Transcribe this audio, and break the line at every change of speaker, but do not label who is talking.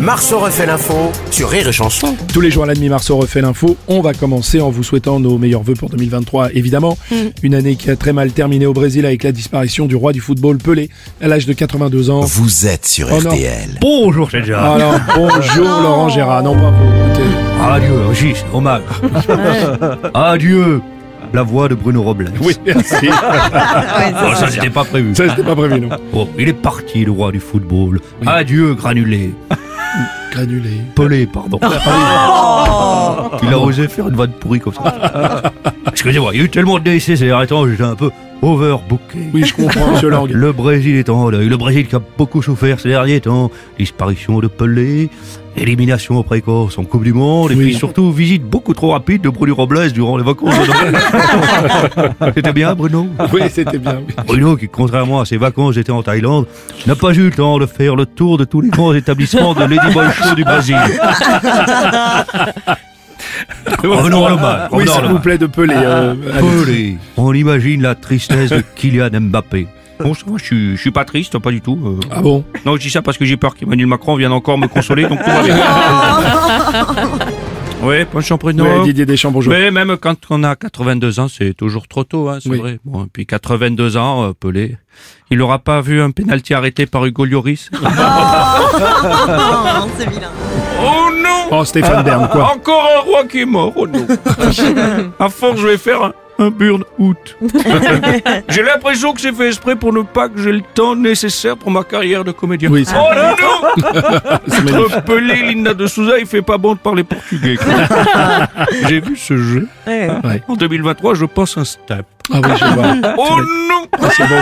Marceau refait l'info sur Rire et Chanson.
Tous les jours à la demi-mars, on refait l'info. On va commencer en vous souhaitant nos meilleurs voeux pour 2023, évidemment. Une année qui a très mal terminé au Brésil avec la disparition du roi du football Pelé à l'âge de 82 ans.
Vous êtes sur
Oh non.
RTL.
Bonjour, c'est déjà.
Alors, bonjour Laurent Gérard. Non, pas vous. écoutez.
Adieu, Régis, hommage. Adieu, la voix de Bruno Robles.
Oui, merci.
Oh, ça, c'était pas prévu.
Ça, c'était pas prévu, non.
Oh, il est parti, le roi du football. Adieu, granulé.
Granulé.
Pelé, pardon. Il a osé faire une vanne pourrie comme ça. Excusez-moi, il y a eu tellement de décès ces derniers temps, j'étais un peu overbooké.
Oui, je comprends, monsieur Lang.
Le Brésil est en deuil. Le Brésil qui a beaucoup souffert ces derniers temps. Disparition de Pelé, élimination précoce en Coupe du Monde, et
Oui.
puis surtout visite beaucoup trop rapide de Bruno Robles durant les vacances. de Noël. C'était bien, Bruno
Oui, c'était bien. oui.
Bruno, qui contrairement à ses vacances d'été en Thaïlande, n'a pas eu le temps de faire le tour de tous les grands établissements de Lady Boy Show du Brésil. Revenons à l'hommage.
Oui, s'il
revenons à
vous
l'hommage.
plaît, de Pelé. euh, allez.
Ah. Pelé. On imagine la tristesse de Kylian Mbappé. Bon, ça va, je suis, je suis pas triste, pas du tout. euh.
Ah bon
Non, je dis ça parce que j'ai peur qu'Emmanuel Macron vienne encore me consoler, donc tout va bien. Ouais, penchant prénom.
Ouais, Didier Deschamps, bonjour.
Mais même quand on a 82 ans, c'est toujours trop tôt, hein, c'est
Oui.
vrai. Bon, et puis 82 ans, euh, Pelé, il n'aura pas vu un pénalty arrêté par Hugo Lloris
Oh, c'est vilain.
Oh non
Oh, Stéphane Bern, quoi.
Encore un roi qui est mort, oh non À force, je vais faire un, un burn-out. j'ai l'impression que c'est fait exprès pour ne pas que j'ai le temps nécessaire pour ma carrière de comédien.
Oui, c'est-
oh non, non Ah.
C'est magnifique.
Entre Pelé, Linda de Souza, il fait pas bon de parler portugais. quoi. J'ai vu ce jeu. En 2023, je pense un step.
Ah oui, je vois.
Oh non
C'est bon.